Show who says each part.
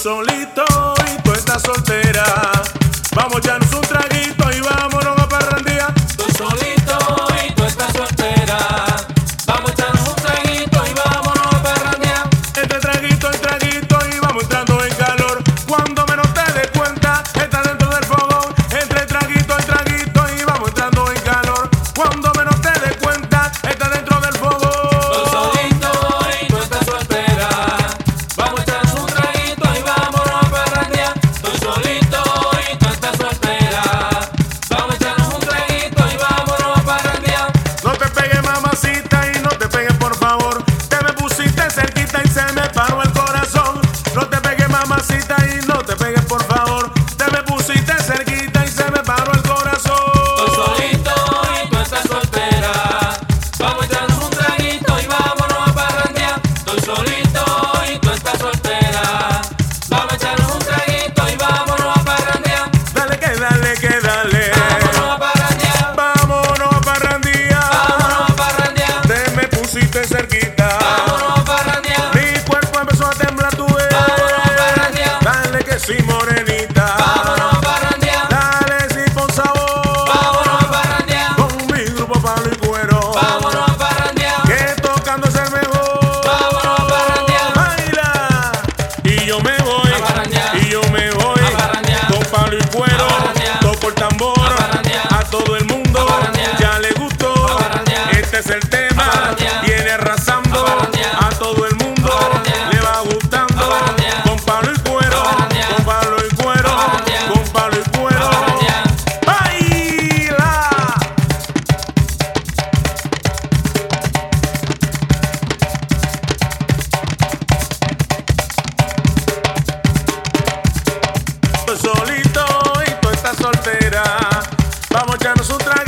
Speaker 1: solito y tú estás soltera. Vamos ya un traguito y vámonos a parrandear.
Speaker 2: Estoy solito y tú estás soltera. Vamos a echarnos un traguito y vámonos a perranear.
Speaker 1: Este traguito, el traguito y vamos entrando en calor. Cuando menos te des cuenta, está dentro del fogón. Entre el traguito, el traguito y vamos entrando en calor. Cuando menos te des cuenta, está dentro del
Speaker 2: Estoy
Speaker 1: fogón.
Speaker 2: solito y tú estás soltera. Vamos a echarnos un traguito y vámonos a perranear. Estoy solito y tú estás soltera. Vamos a echarnos un traguito y vámonos a perranear.
Speaker 1: No te pegues mamacita y no te pegues por favor. Te me pusiste cerquita y se me paró el corazón. No te pegues mamacita y no te pegues por favor. Te me pusiste cerquita y se me paró el
Speaker 2: Estoy
Speaker 1: corazón.
Speaker 2: solito y tú estás soltera. Vamos a echarnos un traguito y vámonos a parrandear. Estoy solito y tú estás soltera. Vamos a echarnos un traguito y vámonos a parrandear.
Speaker 1: Dale que dale que dale.
Speaker 2: Vámonos a parrandear.
Speaker 1: Vámonos a parrandear.
Speaker 2: Vámonos a parrandear.
Speaker 1: Te me pusiste cerquita.
Speaker 2: Vámonos a parrandear.
Speaker 1: Mi cuerpo empezó a temblar tu vez.
Speaker 2: Vámonos a parrandear.
Speaker 1: Dale que sí, morenita.
Speaker 2: Vámonos a parrandear.
Speaker 1: Dale sí, con sabor.
Speaker 2: Vámonos a parrandear.
Speaker 1: Con mi grupo Pablo y Cuero.
Speaker 2: Vámonos a parrandear.
Speaker 1: Que tocando es el mejor.
Speaker 2: Vámonos a parrandear.
Speaker 1: Baila. Y yo me voy.
Speaker 2: A parrandear.
Speaker 1: Y yo me voy.
Speaker 2: A parrandear.
Speaker 1: Con Pablo y Cuero.
Speaker 2: A parrandear.
Speaker 1: Toco el tambor.
Speaker 2: A parrandear.
Speaker 1: A todo el mundo.
Speaker 2: A parrandear.
Speaker 1: Ya le gustó.
Speaker 2: A parrandear.
Speaker 1: Este es el tema.
Speaker 2: A parrandear.
Speaker 1: Viene arrasando.
Speaker 2: A parrandear.
Speaker 1: A todo el mundo.
Speaker 2: A parrandear.
Speaker 1: Le va gustando.
Speaker 2: A parrandear.
Speaker 1: Con Pablo y Cuero.
Speaker 2: A parrandear.
Speaker 1: Con Pablo y Cuero.
Speaker 2: A parrandear.
Speaker 1: Con Pablo y Cuero.
Speaker 2: A parrandear.
Speaker 1: Baila. Estoy solito y tú estás soltera. Vamos a echarnos un traguito